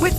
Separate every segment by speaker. Speaker 1: With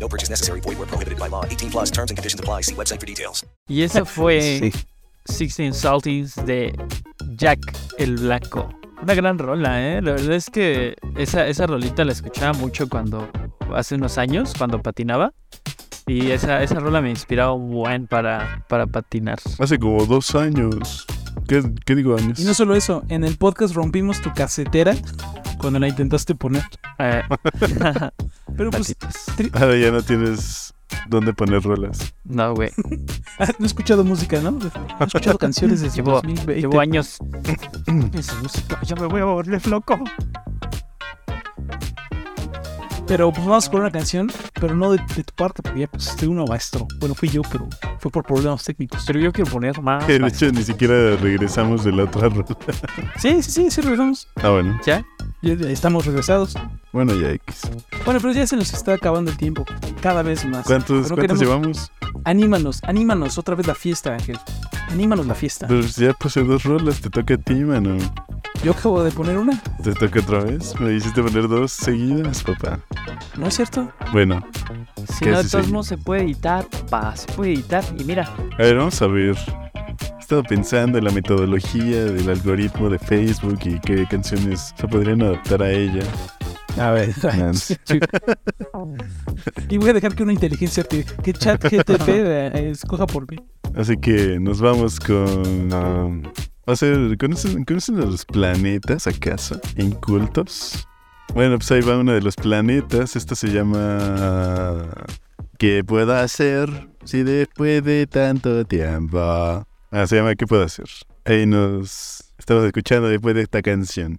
Speaker 2: No purchase necessary. Void where prohibited by law. 18 plus terms and conditions apply. See website for details.
Speaker 3: Y ese fue
Speaker 4: Sí.
Speaker 3: 16 Saltings de Jack el Blanco. Una gran rola, ¿eh? La verdad es que esa, esa rolita la escuchaba mucho cuando, hace unos años, cuando patinaba. Y esa, esa rola me inspiraba un buen para, para patinar.
Speaker 5: Hace como dos años. ¿Qué, qué digo años?
Speaker 6: Y no solo eso, en el podcast rompimos tu casetera cuando la intentaste poner.
Speaker 3: Eh,
Speaker 6: Pero pues,
Speaker 3: patitas.
Speaker 5: Ahora ya no tienes dónde poner rolas.
Speaker 3: No, güey.
Speaker 6: ah, no he escuchado música, ¿no? No he escuchado canciones desde
Speaker 3: Llevo,
Speaker 6: 2020.
Speaker 3: llevo años. Esa música, ya me voy a volver loco.
Speaker 6: Pero pues vamos con una canción, pero no de, de tu parte, porque ya pusiste uno maestro. Bueno, fui yo, pero fue por problemas técnicos.
Speaker 3: Pero yo quiero poner más.
Speaker 5: Que de hecho ni siquiera regresamos de la otra rola.
Speaker 6: Sí, sí, sí, sí, regresamos.
Speaker 5: Ah, bueno.
Speaker 3: ¿Ya?
Speaker 6: Ya- ya estamos regresados.
Speaker 5: Bueno, ya X.
Speaker 6: Bueno, pero ya se nos está acabando el tiempo. Cada vez más.
Speaker 5: ¿Cuántos,
Speaker 6: Pero
Speaker 5: ¿cuántos
Speaker 6: queremos-
Speaker 5: llevamos?
Speaker 6: Anímanos, anímanos otra vez la fiesta, Ángel. Anímanos la fiesta.
Speaker 5: Pues ya puse dos rolas. Te toca a ti, mano.
Speaker 6: Yo acabo de poner una,
Speaker 5: Te toca otra vez. Me hiciste poner dos seguidas, papá.
Speaker 6: ¿no es cierto?
Speaker 5: Bueno,
Speaker 3: Si
Speaker 5: ¿Qué
Speaker 3: no, de
Speaker 5: haces
Speaker 3: todos
Speaker 5: ahí?
Speaker 3: modos se puede editar, pa, se puede editar. Y mira,
Speaker 5: a ver, vamos a ver. He estado pensando en la metodología del algoritmo de Facebook y qué canciones se podrían adaptar a ella.
Speaker 6: A ver.
Speaker 5: Nance.
Speaker 6: Y voy a dejar que una inteligencia artificial, que chat GTP escoja por mí.
Speaker 5: Así que nos vamos con. um, va a ser. ¿conocen, conocen a los planetas acaso? Incultos. Bueno, pues ahí va uno de los planetas. Esta se llama. ¿Qué puedo hacer si después de tanto tiempo? Ah, se llama ¿Qué puedo hacer? Ahí nos estamos escuchando después de esta canción.